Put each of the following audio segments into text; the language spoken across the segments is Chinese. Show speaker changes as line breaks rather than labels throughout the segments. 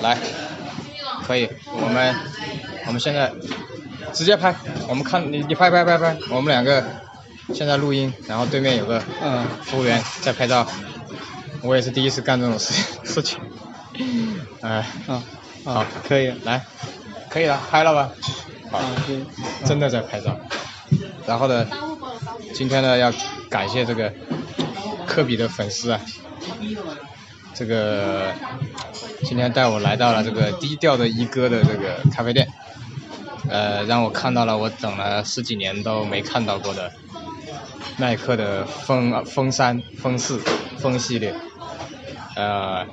来，可以，我们我们现在直接拍，我们看你你拍拍拍拍，我们两个现在录音，然后对面有个
嗯，
服务员在拍照，我也是第一次干这种事事情，哎，
啊，
好
啊，可以，
来，可以了，拍了吧，好，
啊，可以，
真的在拍照，然后呢，今天呢要感谢这个科比的粉丝啊，这个今天带我来到了这个低调的一哥的这个咖啡店，呃，让我看到了我等了十几年都没看到过的耐克的风呃风三、风四、风系列，呃，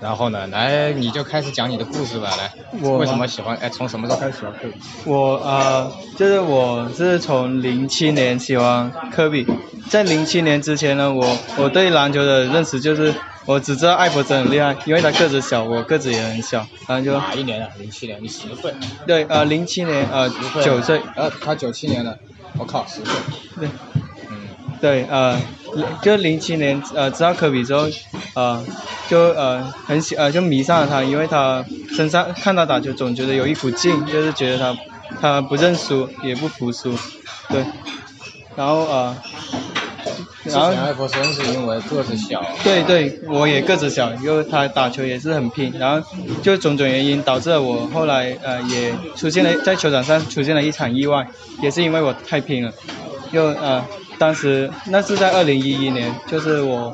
然后呢，来你就开始讲你的故事吧，来，
我
为什么喜欢？哎，从什么时候开始喜欢科比？
我啊、呃就是我是从零七年喜欢科比，在零七年之前呢，我我对篮球的认识就是我只知道艾弗森很厉害，因为他个子小，我个子也很小，然后就
哪一年啊？零七年，你十岁，
对呃零七年呃
十岁，
九岁，
呃，他九七年的，我靠，十岁，
对
嗯，
对呃就零七年呃知道科比之后，呃就呃很喜呃就迷上了他，因为他身上看他打球总觉得有一股劲，就是觉得他他不认输也不服输，对，然后呃。
之
然后
前艾弗森是因为个子小，
对对，我也个子小，因为他打球也是很拼，然后就种种原因导致了我后来呃也出现了在球场上出现了一场意外，也是因为我太拼了，就呃当时那是在二零一一年，就是我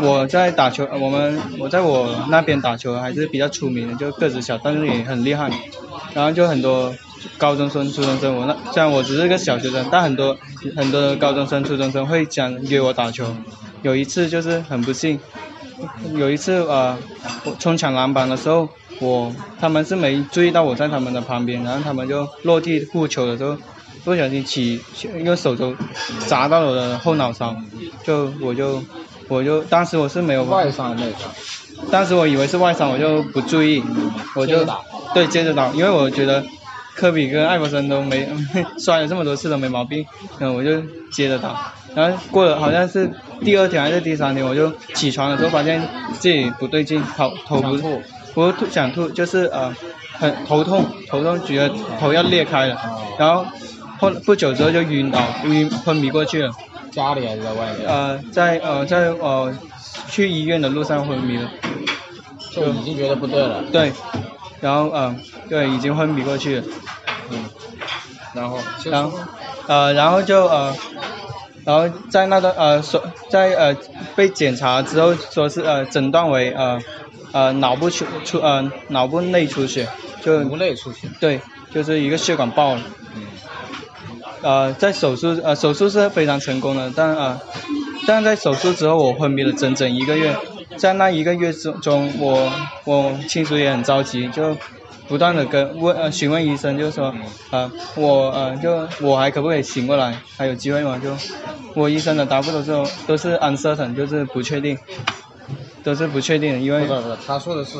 我在打球，我们我在我那边打球还是比较出名的，就个子小，但是也很厉害，然后就很多高中生、初中生，我那虽然我只是个小学生，但很多很多高中生、初中生会想约我打球。有一次就是很不幸，有一次呃，我冲抢篮板的时候，我他们是没注意到我在他们的旁边，然后他们就落地护球的时候，不小心起用手肘砸到了我的后脑勺，就我就我就当时我是没有
外伤那个，
当时我以为是外伤，我就不注意，我
接
就
着打
对接着打，因为我觉得科比跟艾弗森都没 摔了这么多次都没毛病，嗯，我就接着打。然后过了好像是第二天还是第三天，我就起床的时候发现自己不对劲，头头不
想吐，
我吐想吐，就是呃很头痛，头痛觉得头要裂开了，
哦
然后后不久之后就晕倒，晕昏迷过去了。
家里还是在外面，
呃，在呃在呃去医院的路上昏迷了。
就已经觉得不对了，
对，然后嗯、呃对，已经昏迷过去了，
嗯，然后，
然后呃，然后就呃，然后在那段呃说在呃被检查之后，说是呃诊断为呃呃脑部出出呃脑部内出血，就
颅内出血，
对，就是一个血管爆了。
嗯，
呃，在手术呃手术是非常成功的，但呃，但在手术之后我昏迷了整整一个月，在那一个月之中，我我亲属也很着急，就不断的跟问呃询问医生，就说
嗯
呃我呃就我还可不可以醒过来，还有机会吗？就我医生的答复都是都是 uncertain，就是不确定，都是不确定的，因
不
为
是不是，他说的是，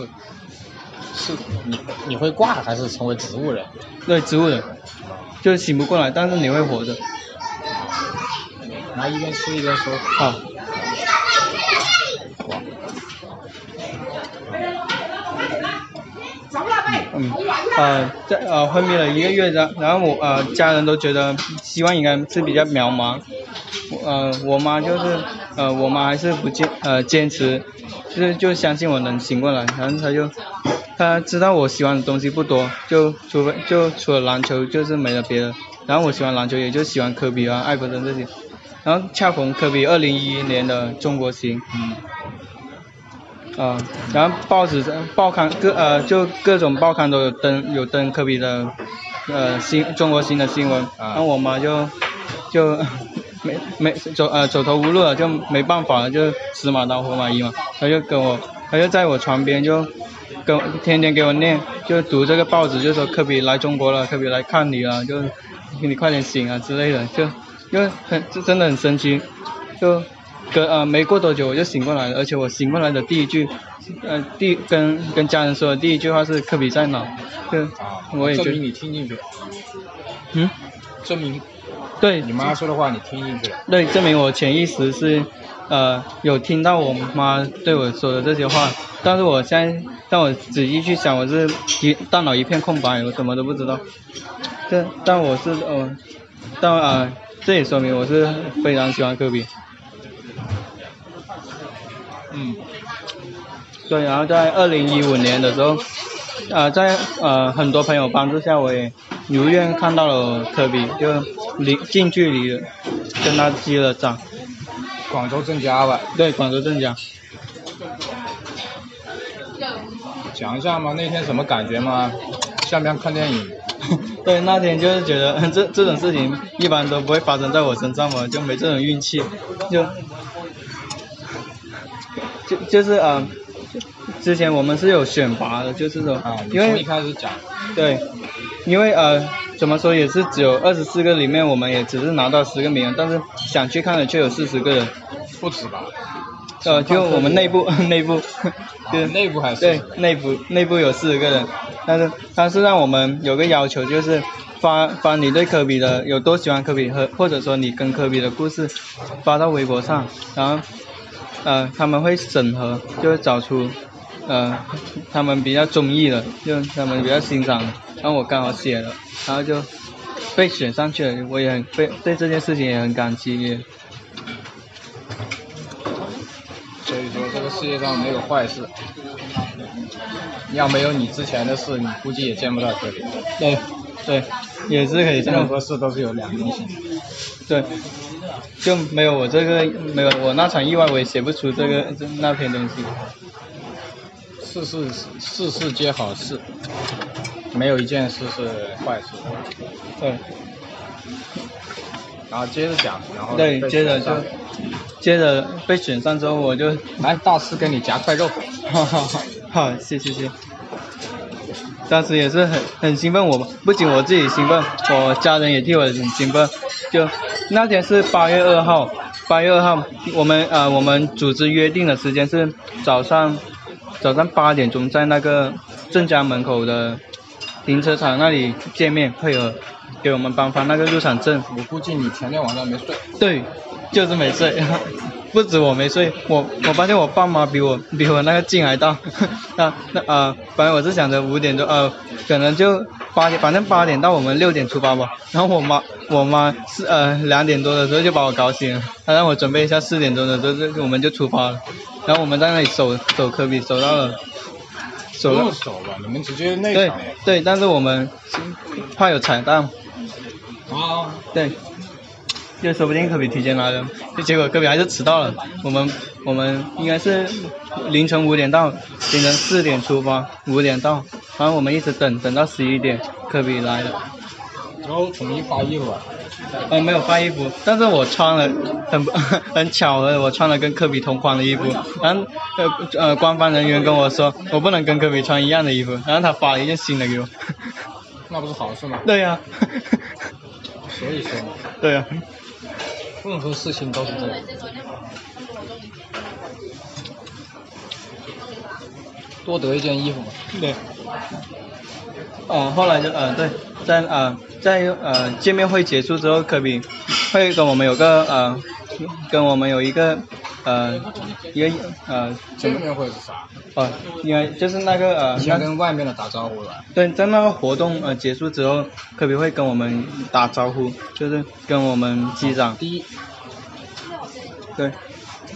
是你你会挂还是成为植物人？
对植物人就醒不过来，但是你会活着。
拿一边吃一边说，
好。嗯，呃，在呃昏迷了一个月，然然后我呃家人都觉得希望应该是比较渺茫，呃我妈就是呃我妈还是不坚呃坚持，就是就相信我能醒过来，然后她就她知道我喜欢的东西不多，就除非就除了篮球就是没了别的，然后我喜欢篮球也就喜欢科比啊、艾弗森这些，然后恰逢科比二零一一年的中国行，
嗯，
啊、然后报纸上报刊各呃就各种报刊都有登有登科比的呃新中国新的新闻，然后我妈就就没没走呃走投无路了，就没办法了，就死马当活马医嘛，她就跟我她就在我床边就跟我天天给我念，就读这个报纸，就说科比来中国了，科比来看你了，就你快点醒啊之类的，就因为很就真的很生气，就隔呃没过多久我就醒过来了，而且我醒过来的第一句，呃第跟跟家人说的第一句话是科比在哪，就
啊，
我也
证
觉
明
得
你听进去了，
嗯
证明
对
你妈说的话你听进去了，
对，证明我潜意识是，呃有听到我妈对我说的这些话，但是我现在但我仔细去想，我是一大脑一片空白，我什么都不知道。这但我是呃，但啊、呃这也说明我是非常喜欢科比。
嗯，
对，然后在二零一五年的时候，呃，在呃很多朋友帮助下，我也如愿看到了科比，就离近距离的跟他击了掌。
广州正佳吧，
对，广州正佳，
讲一下嘛，那天什么感觉嘛？像不像看电影？
对，那天就是觉得 这这种事情一般都不会发生在我身上嘛，就没这种运气，就就就是呃，之前我们是有选拔的，就是说，
啊，你
因
从
为
一开始讲，
对，因为呃，怎么说也是只有二十四个里面，我们也只是拿到十个名额，但是想去看的却有四十个人，
不止吧？
呃，就我们内部 内部，
啊
就是
内部还是
对内部内部有四十个人，但是他是让我们有个要求，就是发发你对科比的有多喜欢科比和或者说你跟科比的故事，发到微博上，然后呃他们会审核，就会找出呃他们比较中意的，就呃他们比较欣赏的，然后我刚好写了，然后就被选上去了，我也很对对这件事情也很感激，也
所以说这个世界上没有坏事，要没有你之前的事，你估计也见不到这里。
对对也是可以这样
任
说。
何事都是有两面性。
对，就没有我这个没有我那场意外，我也写不出这个这那篇东西。
事事事事皆好事，没有一件事是坏事。
对
然后接着讲，然后
对，
被
接着
选上
就接着被选上之后，我就
来大师给你夹块 肉。
哈哈哈，好，谢谢谢。当时也是很很兴奋，我不仅我自己兴奋，我家人也替我很兴奋。就那天是八月二号，八月二号，我们呃我们组织约定的时间是早上早上八点钟在那个郑家门口的停车场那里见面，配合给我们颁发那个入场证。
我估计你前天晚上没睡，
对，就是没睡， 不止我没睡，我我发现我爸妈比我比我那个劲还大， 那那呃，反正我是想着五点钟呃，可能就八点，反正八点到我们六点出发吧。然后我妈我妈是呃两点多的时候就把我搞醒了，她让我准备一下四点钟的时候就我们就出发了，然后我们在那里守守科比守到了，
不
守到
用手吧？你们直接内
对
场呀
对，但是我们怕有彩蛋，
啊，
对，就说不定科比提前来了，就结果科比还是迟到了。我们我们应该是凌晨五点到，凌晨四点出发，五点到，然后我们一直等等到十一点，科比来了。
然后统一发衣服啊，
呃，没有换衣服，但是我穿了很 很巧合，我穿了跟科比同款的衣服。然后呃呃，官方人员跟我说，我不能跟科比穿一样的衣服，然后他发了一件新的给我。
那不是好事吗？
对呀、
所以说嘛，
对呀、
任何事情都是这样，多得一件衣服嘛。
对。哦，后来就呃对，在呃在呃见面会结束之后，科比会跟我们有个呃跟我们有一个呃一个呃
见面会是啥？
哦，应该就是那个呃
你
那
先跟外面的打招呼了。
对，在那个活动呃结束之后，科比会跟我们打招呼，就是跟我们击掌。
第一，
对，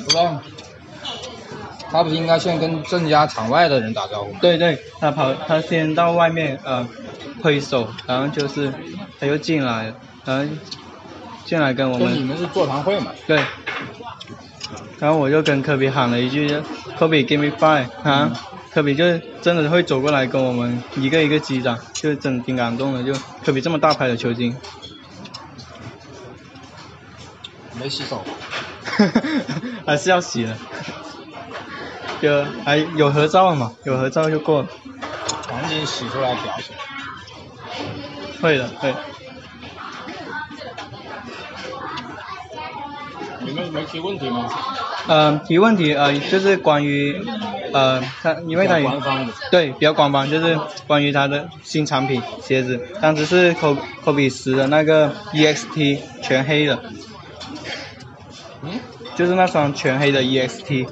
不知道，他不是应该先跟郑家场外的人打招呼吗？
对对，他跑，他先到外面呃挥手，然后就是他又进来了，然后进来跟我
就你
们
们是座谈会嘛？
对，然后我就跟科比喊了一句科比 give me five 啊，科比就真的会走过来跟我们一个一个击掌，就真的挺感动的，就科比这么大牌的球星，
没洗手，
还是要洗的， 就还有合照嘛，有合照就过了，
赶紧洗出来表演。
会的会的。
你们没提问题吗？
呃，提问题呃，就是关于呃，他因为他
官方的。
对比较官方，就是关于他的新产品鞋子，当时是科 E 科比十的那个 EXT 全黑的，
嗯，
就是那双全黑的 E EXT，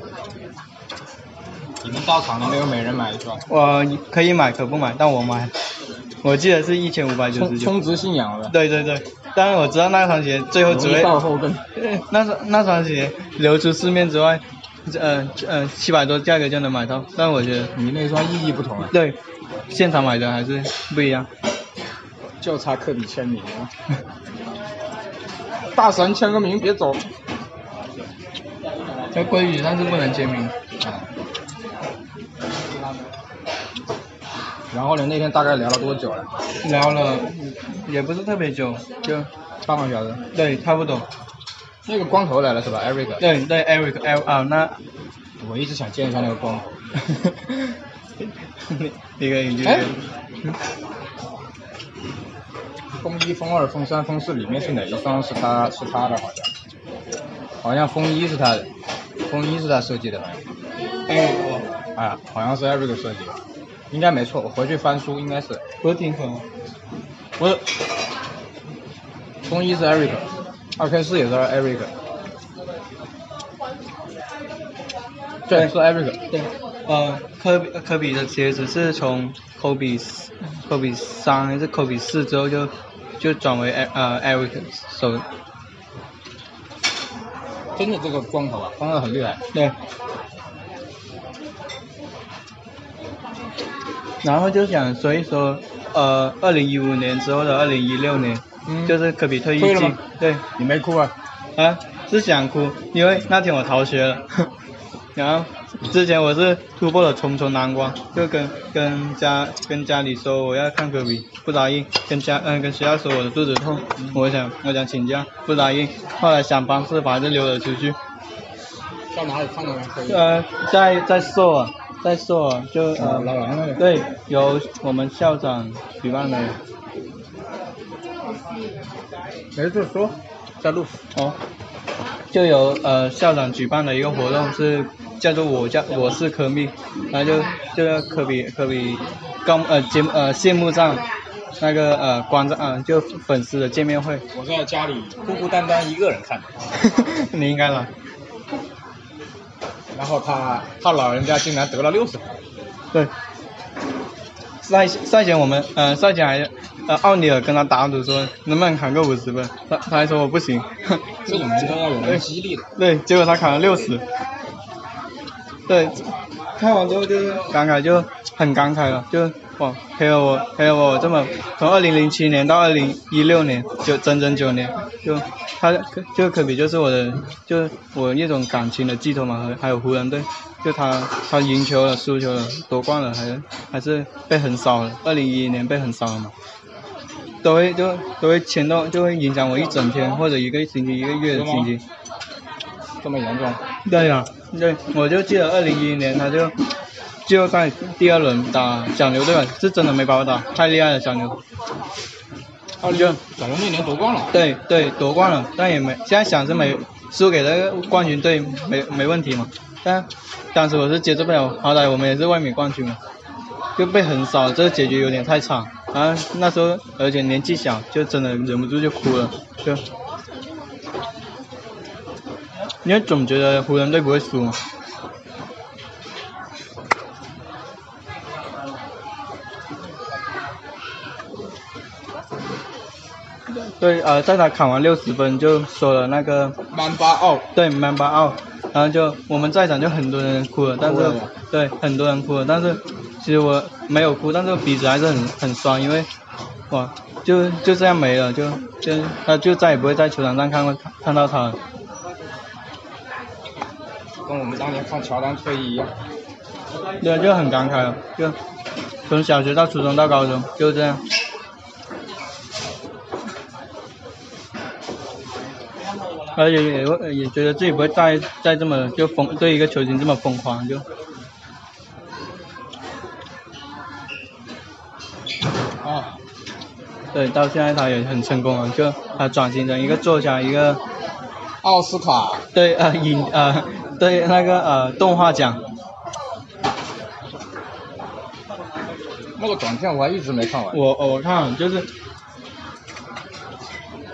你们到场的没有每人买一双，
我可以买可不买，但我买，我记得是一千五百九
充
十九。
充值信仰的，
对对对，但是我知道那双鞋最后只
容易
会
爆后跟。
那双那双鞋流出市面之外，呃呃七百多价格就能买到，但我觉得
你那双意义不同啊，
对，现场买的还是不一样。
就差科比签名了。 大神签个名，别走。
这鲑鱼但是不能签名，
然后呢，那天大概聊了多久啊了？
聊了也不是特别久，就
半个小时。
对差不多。
那个光头来了是吧，Eric？
对对，Eric L 啊，那
我一直想见一下那个光头。
你你可以去
哎风一、风二、风三、风四里面是哪一双是他是他的？好像，好像风一是他的，风一是他设计的，好像，
哎 Eric，
啊，好像是 Eric 设计的，应该没错。我回去翻书，应该是
我挺可爱。
我风一是 Eric，二 K 四也是 Eric，对，是 Eric，
对，呃，科比科比的鞋子是从科比科比三还是科比四之后就就转为 E- 呃 Eric 手
真的这个光头啊，光头很厉害。
对。然后就想，所以说，呃，二零一五年之后的二零一六年，
嗯
就是科比退役
退了
季
吗，
对，
你没哭啊？
啊，是想哭，因为那天我逃学了，然后之前我是突破了重重难关，就跟跟家跟家里说我要看科比，不答应，跟家嗯、跟学校说我的肚子痛，我想我想请假，不答应，后来想方设法还是溜了出去，
到哪里看到人可
呃，在在硕尔，在硕尔就
啊，
呃
老王那个。
对，由我们校长举办的
没事说，在录。
哦，就有呃校长举办的一个活动是叫做我叫我是科密，然后就就叫科比科比高呃节目呃谢幕战那个呃观众呃就粉丝的见面会，
我在家里孤孤单单一个人看的，
你应该来，
然后他他老人家竟然得了六十分，
对。赛赛前我们呃赛前还呃奥尼尔跟他打赌说能不能砍个五十分，他他还说我不行，
这种人都要有人激励的。
对，结果他砍了六十。对，看完之后就是感慨就很感慨了，就哇，陪了我陪了我这么从二零零七年到二零一六年，就整整九年，就他就科比就是我的就我一种感情的寄托嘛，还还有湖人队，就他他赢球了、输球了、夺冠了，还还是被横扫了，二零一一年被横扫了嘛。都会就都会牵动，就会影响我一整天或者一个星期、一个月的心情。
这么严重？
对呀、对，我就记得二零一一年他就季后赛第二轮打小牛对吧？是真的没把我打，太厉害了小牛。哦
二零小牛那年夺冠了，
对对，夺冠了，但也没现在想是没输给那个冠军队没没问题嘛。但当时我是接受不了，好歹我们也是卫冕冠军嘛，就被横扫，这个结局有点太惨。然后那时候而且年纪小，就真的忍不住就哭了，就。因为总觉得湖人队不会输嘛，对，呃，在他砍完六十分就说了那个
曼巴奥
对 m a m b a out，然后就我们在场就很多人哭了，但
哭
是
了
对很多人哭了，但是其实我没有哭，但是我鼻子还是很很酸，因为哇就就这样没了，就就他就再也不会在球场上看过他看到他了。
跟我们当年看乔丹退役一样，
对，就很感慨了，就从小学到初中到高中就这样。而且也会也觉得自己不会再再这么就疯对一个球星这么疯狂，就
啊，
对到现在他也很成功了，就他转型成一个作家，一个
奥斯卡
对呃影呃对那个呃动画奖，
那个短片我还一直没看完。
我我看就是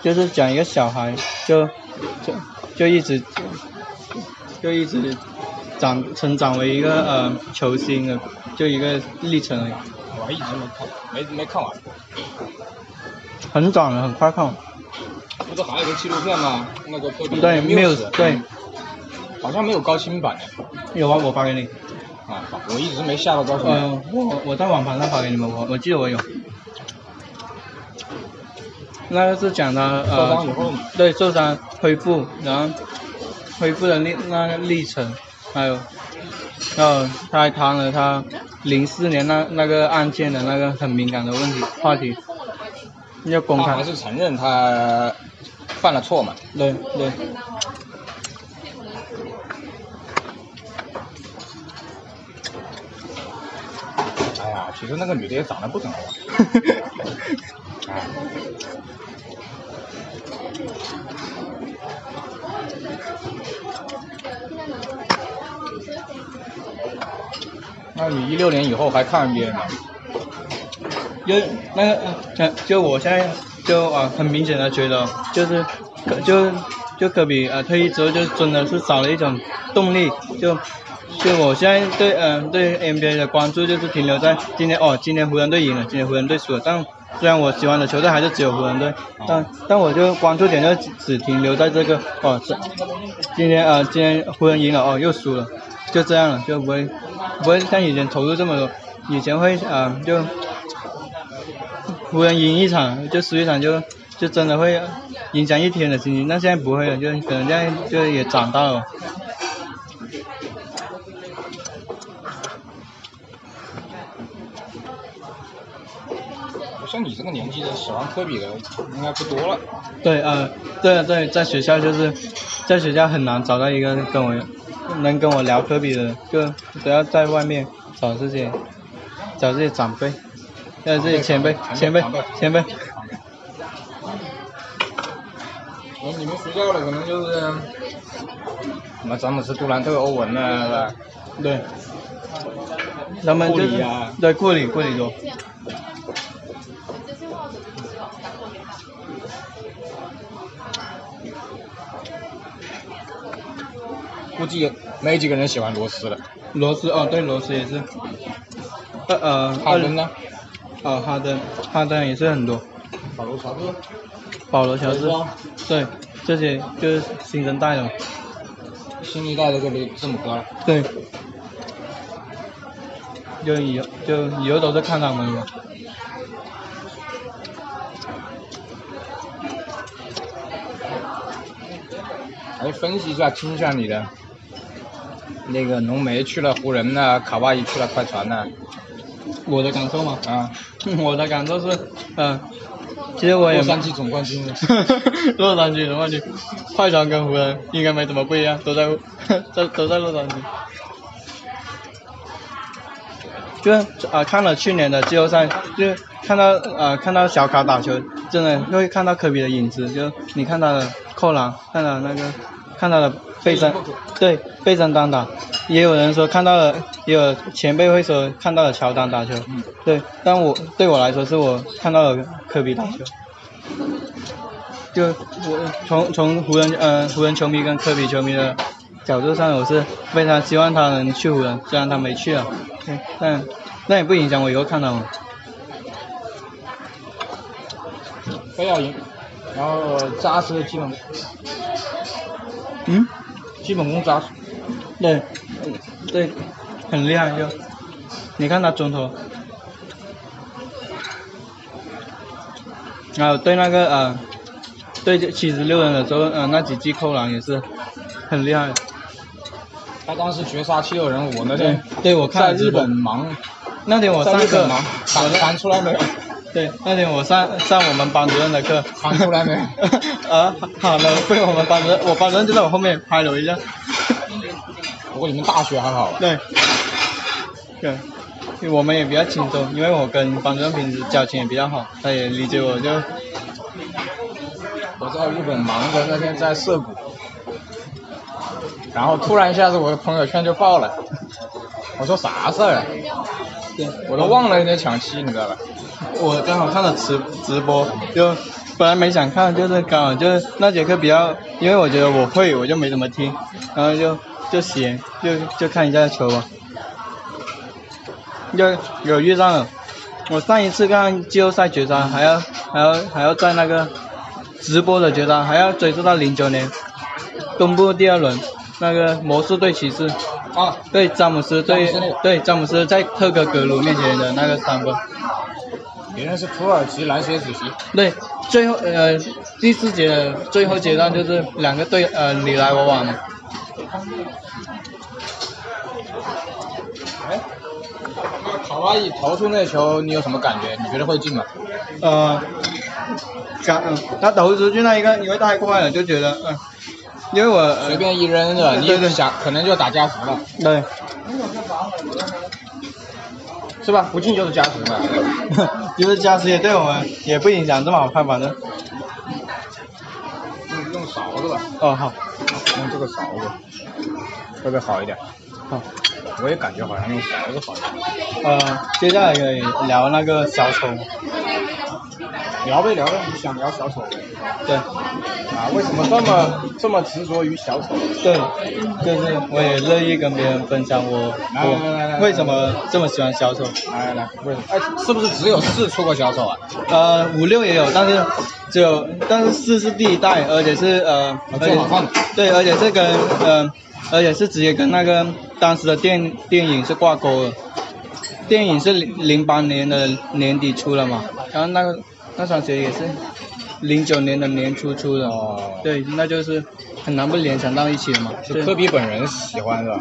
就是讲一个小孩就就就一直就一直长成长为一个呃球星的，就一个历程而已，
我还一直没看，没没看完。
很短了，很快看完。
不是好像有个纪录片吗？那个科比
对，没有啊
Muse，
对，
好像没有高清版的
有啊，我发给你。
啊，好我一直没下到高清版。
呃，我我在网盘上发给你们，我我记得我有。那个是讲他
受伤以
呃，
后，
对受伤恢复，然后恢复的历那个历程，还有，呃，他还谈了他零四年那那个案件的那个很敏感的问题话题，要公
他
开
啊还。是承认他犯了错嘛？
对 对。
哎呀，其实那个女的也长得不怎么样。哎，那你一六年以后还看 NBA 吗？
就那个呃，就我现在就啊、呃很明显的觉得，就是就就科比呃退役之后，就真的是少了一种动力，就就我现在对嗯、呃对 NBA 的关注就是停留在今天哦，今天湖人队赢了，今天湖人队输了，但虽然我喜欢的球队还是只有湖人队，但但我就关注点就只只停留在这个哦，这今天呃今天湖人赢了哦，又输了，就这样了，就不会不会像以前投入这么多，以前会呃就湖人赢一场就输一场就就真的会影响一天的心情，但现在不会了，就可能现在就也长大了吧。
像你这个年纪的喜欢科比的应该不多了。
对，呃，对啊对，在学校就是在学校很难找到一个跟我能跟我聊科比的，就都要在外面找这些找这些长辈，呃，这些前辈前辈前辈。
嗯我哎你们学校的可能就是什么詹姆斯、杜兰特、欧文呐、是吧
对，他们就
库里
是、
啊
对库里库里多。
估计没几个人喜欢罗斯了。
罗斯哦，对，罗斯也是。呃呃，
哈登呢？
哦，哈登，哈登也是很多，
保罗·乔治。
保罗乔治
乔治，
对，这些就是新生代的，
新一代的这个字母哥了。
对，就以后就以后都是看他们了。
来分析一下倾向你的，那个浓眉去了湖人呐，卡哇伊去了快船呐，
我的感受嘛，
啊，
我的感受是，嗯、其实我也
洛杉矶总冠军了。
洛杉矶的话，就快船跟湖人应该没怎么不一样，都在 在都在洛杉矶。就是啊、呃看了去年的季后赛，就是看到呃，看到小卡打球，真的会看到科比的影子。就你看他的扣篮，看他那个，看他的背身，对背身单打。也有人说看到了，也有前辈会说看到了乔丹打球，
嗯
对。但我对我来说，是我看到了科比打球。就我从从湖人呃湖人球迷跟科比球迷的角度上，我是非常希望他能去湖人，虽然他没去啊，对但那也不影响我以后看他们。
非要赢，然后扎实的基本
嗯，
基本功扎实。
对，嗯对，很厉害就，你看他中投，还有对那个呃，对七十六人的时候，呃那几记扣篮也是很厉害的。
他当时绝杀七六人，我那
对
天，
对我
在
看了直
日
播
本忙，
那天我上
在日
课
本忙，
我
弹
在
弹出来没有？
对，那天我上上我们班主任的课，
喊出来没有？
啊，好了，被我们班主任，我班主任就在我后面拍了我一下。
不过你们大学还好吧？啊
对，对，因为我们也比较轻松，因为我跟班主任平时交情也比较好，他也理解我就，
我在日本忙着，那天在涩谷，然后突然一下子我的朋友圈就爆了，我说啥事儿啊？
对，
我都忘了有点抢七，你知道吧？
我刚好看了直直播，就本来没想看，就是刚好就是那节课比较，因为我觉得我会，我就没怎么听，然后就就闲，就就看一下球吧。又有遇上了，我上一次看季后赛决赛还要还要还要在那个直播的决赛，还要追溯到零九年东部第二轮那个魔术对骑士，
啊，
对詹姆斯对
詹姆斯那个
对詹姆斯在特格格鲁面前的那个三分。
别人是土耳其篮协主席，
对，最后呃第四节的最后阶段就是两个队呃你来我往嘛。
哎，卡哇伊投出那球，你有什么感觉？你觉得会进吗？
呃，感嗯他投出去那一个因为太快了，就觉得嗯、呃因为我、呃
随、便一扔的，你
对对
想可能就打加时了，
对，
是吧？不进就是加时嘛。
就是加时也对我们也不影响，这么好看，反正
用用勺子吧，
哦好
用这个勺子会不会好一点？
好，
我也感觉好像用勺子好一点。
呃接下来可以聊那个小丑，
聊呗聊呗，你想聊小丑
对
啊？为什么这么这么执着于小丑？
对，就是我也乐意跟别人分享我
来来来来
我为什么这么喜欢小丑，
来来来，为什么？哎，是不是只有四出过小丑啊？
呃五六也有，但是只有但是四是第一代，而且是呃
啊
而且
最好看的
对，而且是跟呃而且是直接跟那个当时的电电影是挂钩的，电影是零零八年的年底出了嘛，然后那个那双鞋也是零九年的年初出的，
哦
对，那就是很难不联想到一起的嘛。
是
对
科比本人喜欢的，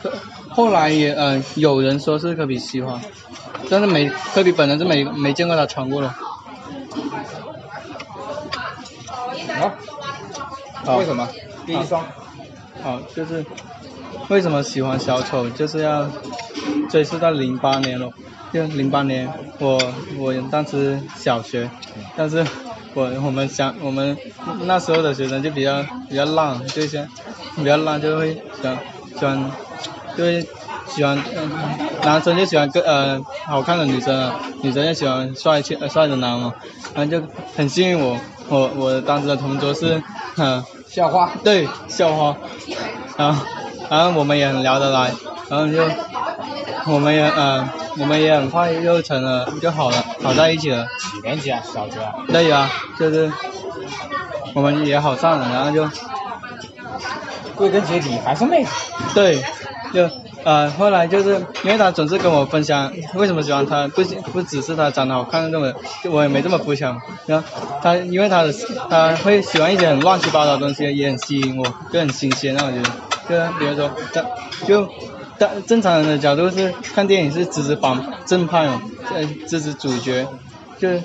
科后来也呃有人说是科比喜欢，但是没科比本人是没没见过他穿过的。
啊？
好
为什
啊
么？第一双，
好，就是为什么喜欢小丑，就是要追溯到零八年咯，就零八年，我我当时小学，但是我我们想我们那时候的学生就比较比较浪，就一些比较浪就会想喜欢就会喜欢、嗯男生就喜欢个呃好看的女生啊，女生就喜欢帅气呃帅的男嘛，然后就很幸运我我我当时的同桌是嗯。
校花。
对，校花，然后然啊后我们也很聊得来，然后就我们也呃我们也很快就成了就好了，好在一起了。
几年级啊？小学啊？
对呀、就是我们也好上了，然后就
归根结底还是妹子。
对，就呃后来就是因为他总是跟我分享为什么喜欢他，不仅不只是他长得好看这么，就我也没这么肤浅嘛。然后他因为他的他会喜欢一些很乱七八糟的东西，也很吸引我，就很新鲜让我觉得。就比如说，他就但正常人的角度是看电影是支持反正派嘛，呃支持主角，就是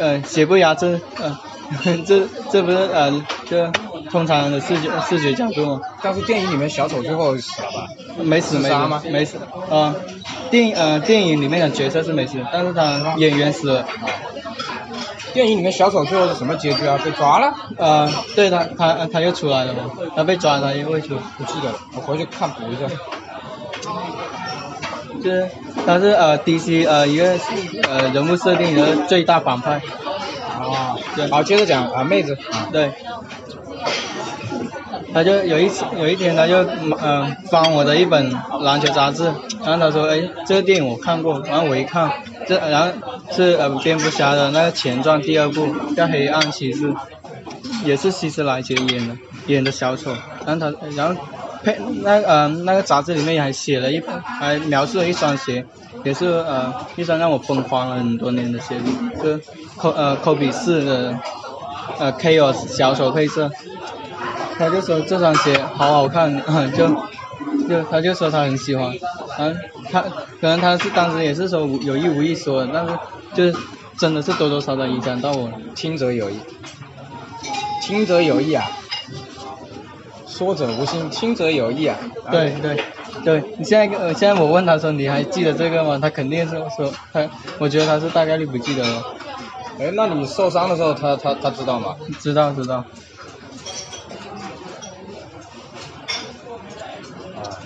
呃邪不压正，呃这这不是呃就通常人的视觉视觉角度嘛。
但是电影里面小丑最后死了吧？
没死没
自杀吗
死没死，呃，电影呃电影里面的角色是没死，但是他演员死了，
电影里面小丑最后是什么结局啊？被抓了？
呃，对他他他又出来了嘛，他被抓他又会出，
不记得了，我回去看补一下。
就是他是呃 DC 呃一个呃人物设定的最大反派，
啊
对
好，接着讲啊，妹子啊，
对。他就有一次有一天，他就呃翻我的一本篮球杂志，然后他说：“哎，这个电影我看过。”然后我一看，这然后是呃蝙蝠侠的那个前传第二部，叫《黑暗骑士》，也是希斯莱杰演的演的小丑。然后他然后配那呃那个杂志里面还写了一还描述了一双鞋，也是呃一双让我疯狂了很多年的鞋子，就是科呃科比四的呃 Chaos 小丑配色。他就说这双鞋好好看， 就就他就说他很喜欢，然后他可能他是当时也是说无有意无意说的，但是就是真的是多多少少影响到我了。
听者有意，听者有意啊，说者无心，听者有意啊。啊
对，对对，你现在呃现在我问他说你还记得这个吗？他肯定是说他，我觉得他是大概率不记得了。
哎，那你受伤的时候，他他他知道吗？
知道知道。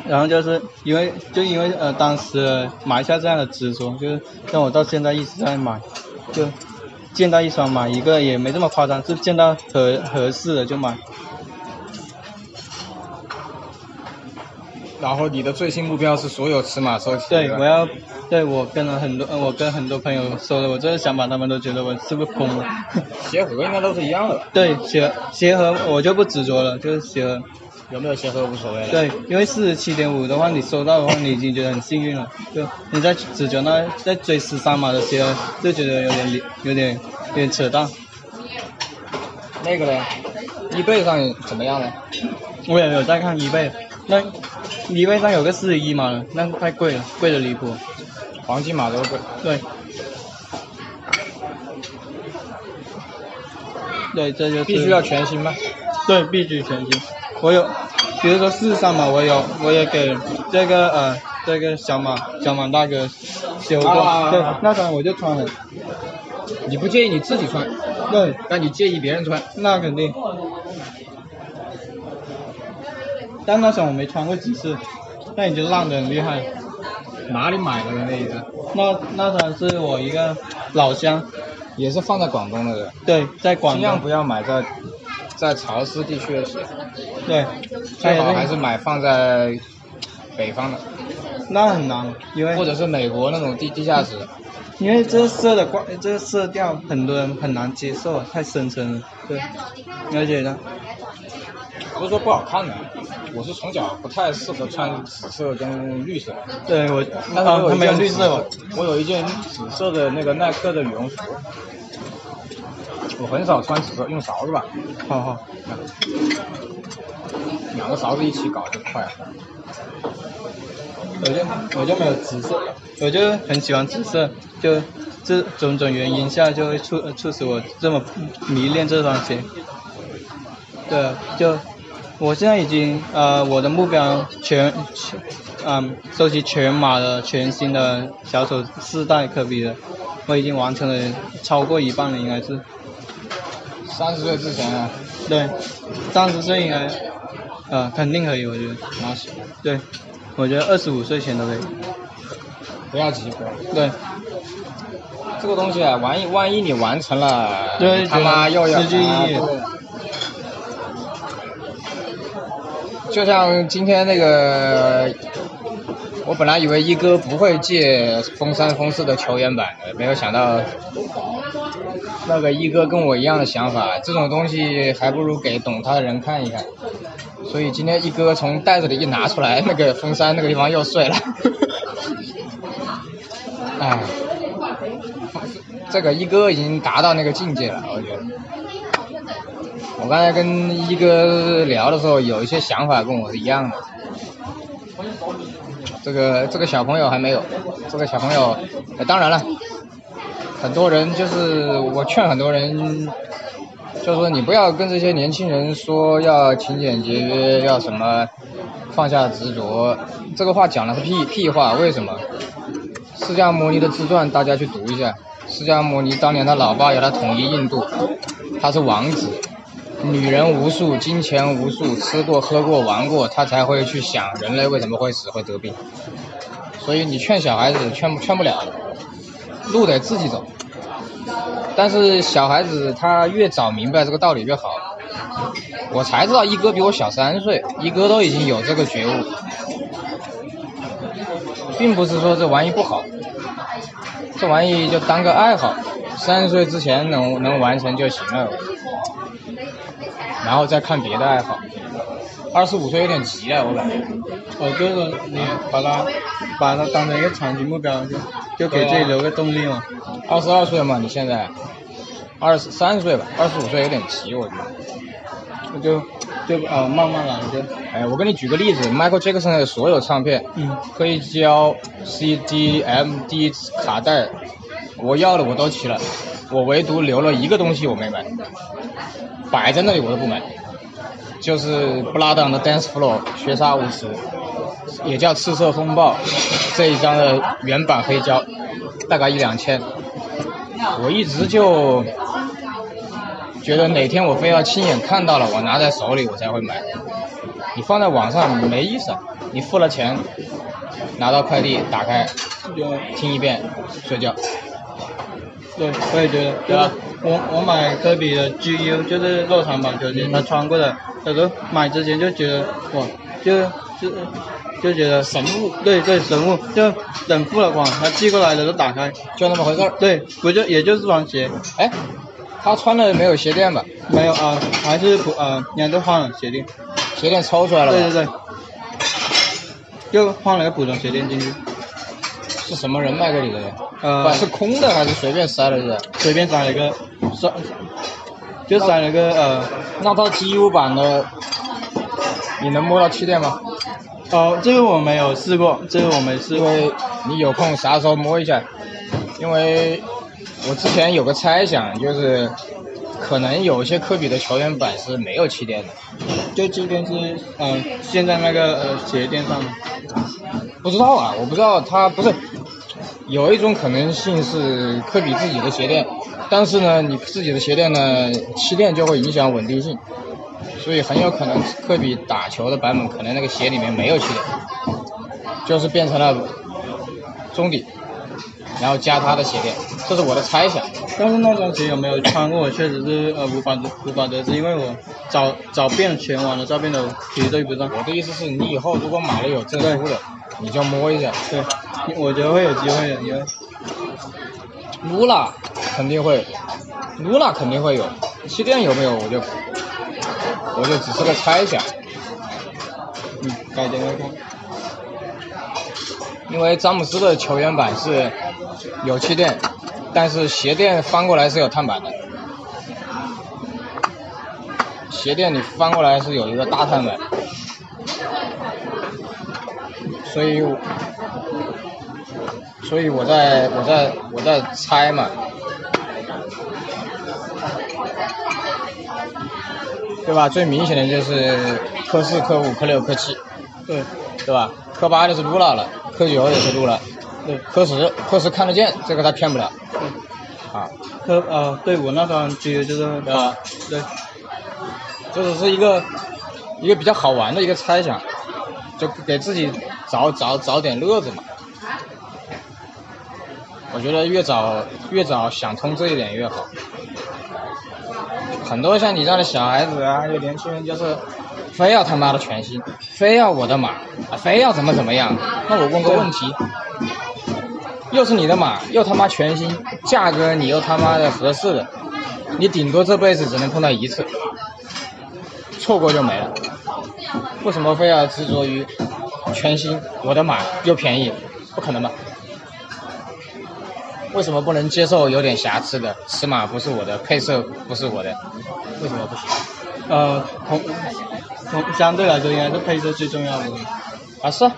然后就是因为就因为呃当时买下这样的执着，就是让我到现在一直在买，就见到一双买一个也没这么夸张，就见到合合适的就买。
然后你的最新目标是所有尺码收齐。
对，
吧
我要，对我跟了很多，呃我跟很多朋友说了，我这个想法，他们都觉得我是不是疯了？
鞋盒应该都是一样的吧？
对，鞋鞋盒我就不执着了，就是鞋盒。
有没有鞋盒无所谓了。
对，因为四十七点五的话，你收到的话，你已经觉得很幸运了。就你在指着那在追十三码的鞋盒，就觉得有点离有点有点扯淡。
那个呢？一倍上怎么样呢？
我也有在看一倍，那一倍上有个四十一码了，那太贵了，贵的离谱。
黄金码都贵。
对，对，这就是
必须要全新吗？
对必须全新。我有，比如说四上嘛，我有，我也给这个呃这个小马小马大哥修过，
啊
对，那双我就穿了，
你不介意你自己穿，
对，
但你介意别人穿。
那肯定。但那双我没穿过几次，那已经烂得很厉害了。
哪里买的呢？那一个
那那双是我一个老乡，
也是放在广东的人，
对，在广
尽量
东，
不要买在在潮湿地区的鞋，
对，他
最
也
好还是买放在北方的，
那很难，因为
或者是美国那种地地下室。
因为这色的光，这个色调很多人很难接受，太深沉了。对，而且呢，
不是说不好看的，我是从小不太适合穿紫色跟绿色。
对我，
但是
啊
我
他没有
一件
绿色哦，
我有一件紫色的那个耐克的羽绒服，我很少穿紫色，用勺子吧，
好好，
两个勺子一起搞就快了。
我就我就没有紫色，我就很喜欢紫色，就这种种原因下就会促呃促使我这么迷恋这双鞋。对，就我现在已经呃我的目标全全嗯收集全马的全新的小手四代科比了，我已经完成了超过一半了，应该是。
三十岁之前啊，
对，三十岁应该，呃，肯定可以，我觉得。
那行，
对，我觉得二十五岁前都可以。
不要急，不要急。
对，
这个东西啊，万一万一你完成了，
对
你他妈又要
失去意义
啊对就像今天那个，我本来以为一哥不会借风三风四的球员版的，没有想到那个一哥跟我一样的想法，这种东西还不如给懂他的人看一看。所以今天一哥从袋子里一拿出来，那个风三那个地方又碎了。 哎，这个一哥已经达到那个境界了，我觉得。我刚才跟一哥聊的时候，有一些想法跟我是一样的。这个这个小朋友还没有，这个小朋友，呃当然了，很多人就是我劝很多人，就说你不要跟这些年轻人说要勤俭节约，要什么放下执着，这个话讲的是屁屁话。为什么？释迦牟尼的自传大家去读一下，释迦牟尼当年他老爸要他统一印度，他是王子，女人无数，金钱无数，吃过喝过玩过，他才会去想人类为什么会死会得病。所以你劝小孩子劝不劝不了，路得自己走。但是小孩子他越早明白这个道理越好。我才知道一哥比我小三岁，一哥都已经有这个觉悟，并不是说这玩意不好，这玩意就当个爱好，三十岁之前能能完成就行了。然后再看别的爱好。二十五岁有点急啊了，我感觉。
我就说你把它把它当成一个长期目标，就就给自己留个动力嘛。
二十二岁嘛，你现在二十三十岁吧，二十五岁有点急，我觉得。
我就就呃慢慢来就，
哎，我给你举个例子，Michael Jackson 的所有唱片，
嗯，
黑胶、CD、MD 卡带，我要的我都齐了，我唯独留了一个东西我没买，摆在那里我都不买，就是布拉当的 Dance Floor 学杀舞池，也叫赤色风暴这一张的原版黑胶，大概一两千，我一直就觉得哪天我非要亲眼看到了，我拿在手里我才会买，你放在网上没意思啊，你付了钱。拿到快递，打开
就
听一遍，睡觉。
对，我也觉得，
对吧
我我买科比的 GU 就是肉长版球鞋，他穿过的，他说买之前就觉得哇，就就就觉得
神物，
对对，神物就等付了款，他寄过来的都打开，
就那么回事儿。
对，不就也就是双鞋，
哎，他穿的没有鞋垫吧？
没有啊、还是不呃，人家都换了鞋垫，
鞋垫抽出来了吧？
对对对，又换了个普通鞋垫进去，
是什么人卖给你的？
呃
不，是空的还是随便塞的？是？
随便塞了一个，塞，就塞了个呃，
那套 GU 版的，你能摸到气垫吗？
哦，这个我没有试过，这个我没试
因
过，
为你有空啥时候摸一下，因为我之前有个猜想，就是可能有一些科比的球员版是没有气垫的，
就这边是呃，现在那个呃鞋垫上的，
不知道啊，我不知道他不是有一种可能性是科比自己的鞋垫，但是呢，你自己的鞋垫呢，气垫就会影响稳定性，所以很有可能科比打球的版本可能那个鞋里面没有气垫，就是变成了中底，然后加他的鞋垫，这是我的猜想。
但是那双鞋有没有穿过，我确实是呃无法得无法得知，因为我找找遍了全网的照片都其对不上，
我的意思是你以后如果买了有证书的，你就摸一下。
对，我觉得会有机会的，因为。
卢娜肯定会，卢娜肯定会有，气垫有没有我就我就只是个猜想，
嗯，改天再看。
因为詹姆斯的球员版是有气垫，但是鞋垫翻过来是有碳板的，鞋垫你翻过来是有一个大碳板，所以我所以我在我在我在猜嘛，对吧？最明显的就是科四、科五、科六、科七。
对
对吧？科八就是撸了了，科九也是撸了，
对，
科十科十看得见，这个他骗不了。啊，
科呃，对我那双只有就是呃
对吧？
对，
这只是一个一个比较好玩的一个猜想，就给自己找找找点乐子嘛。我觉得越早越早想通这一点越好。很多像你这样的小孩子啊，还有年轻人，就是非要他妈的全新，非要我的码，啊非要怎么怎么样。那我问个问题，又是你的码，又他妈全新，价格你又他妈的合适的，你顶多这辈子只能碰到一次，错过就没了。为什么非要执着于全新？我的码又便宜，不可能吧？为什么不能接受有点瑕疵的尺码不是我的，配色不是我的？为什么不行？
呃，同同相对来说应该是配色最重要的。
啊，是啊，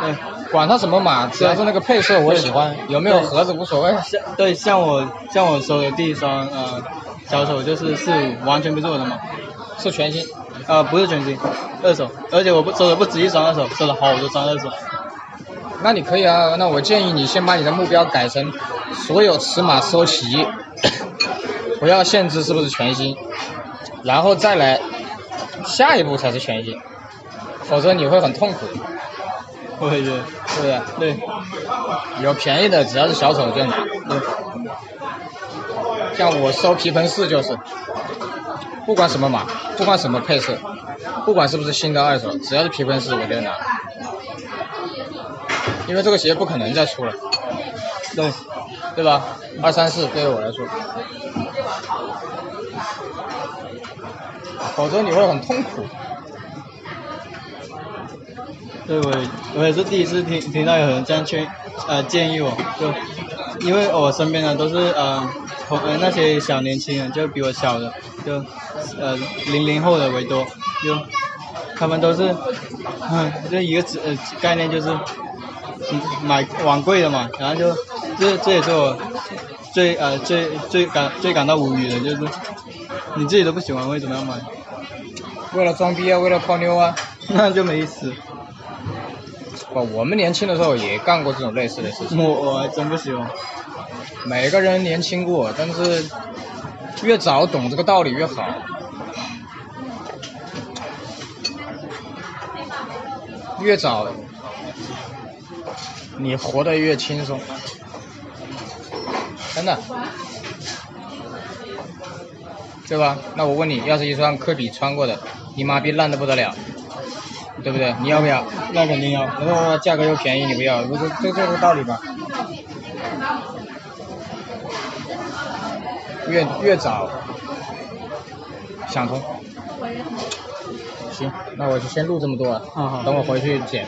对，
管它什么码，只要是那个配色我喜欢，有没有盒子无所谓。
像对像我像我收的第一双呃小手就是四五，完全不是我的码，
是全新，
呃不是全新，二手，而且我不收的不止一双二手，收了好多双二手。
那你可以啊。那我建议你先把你的目标改成所有尺码收齐， 不要限制是不是全新，然后再来下一步才是全新，否则你会很痛苦，
我也觉得，
对不对？
对
有便宜的，只要是小丑就拿。
对
像我收皮蓬四就是，不管什么码，不管什么配色，不管是不是新的二手，只要是皮蓬四我就拿，因为这个鞋不可能再出了，
对，
对吧？二三四对于我来说，否则你会很痛苦。
对我也我也是第一次听听到有人这样劝，呃建议我，就因为我身边的都是呃同呃那些小年轻人，就比我小的，就呃零零后的为多，就他们都是，嗯，就一个指、呃、概念就是，嗯买往贵的嘛，然后就这这也是我最呃最最感最感到无语的就是，你自己都不喜欢为什么要买？
为了装逼啊，为了泡妞啊，
那就没意思，
我我们年轻的时候也干过这种类似的事情。
我我还真不喜欢。
每个人年轻过，但是越早懂这个道理越好。越早，你活得越轻松，真的，对吧？那我问你，要是一双科比穿过的，你妈逼烂的不得了，对对不对？你要不要？
那肯定要。
然后价格又便宜，你不要，这这这个道理吧。越越早想通。行，那我就先录这么多了，
嗯好
等我回去剪。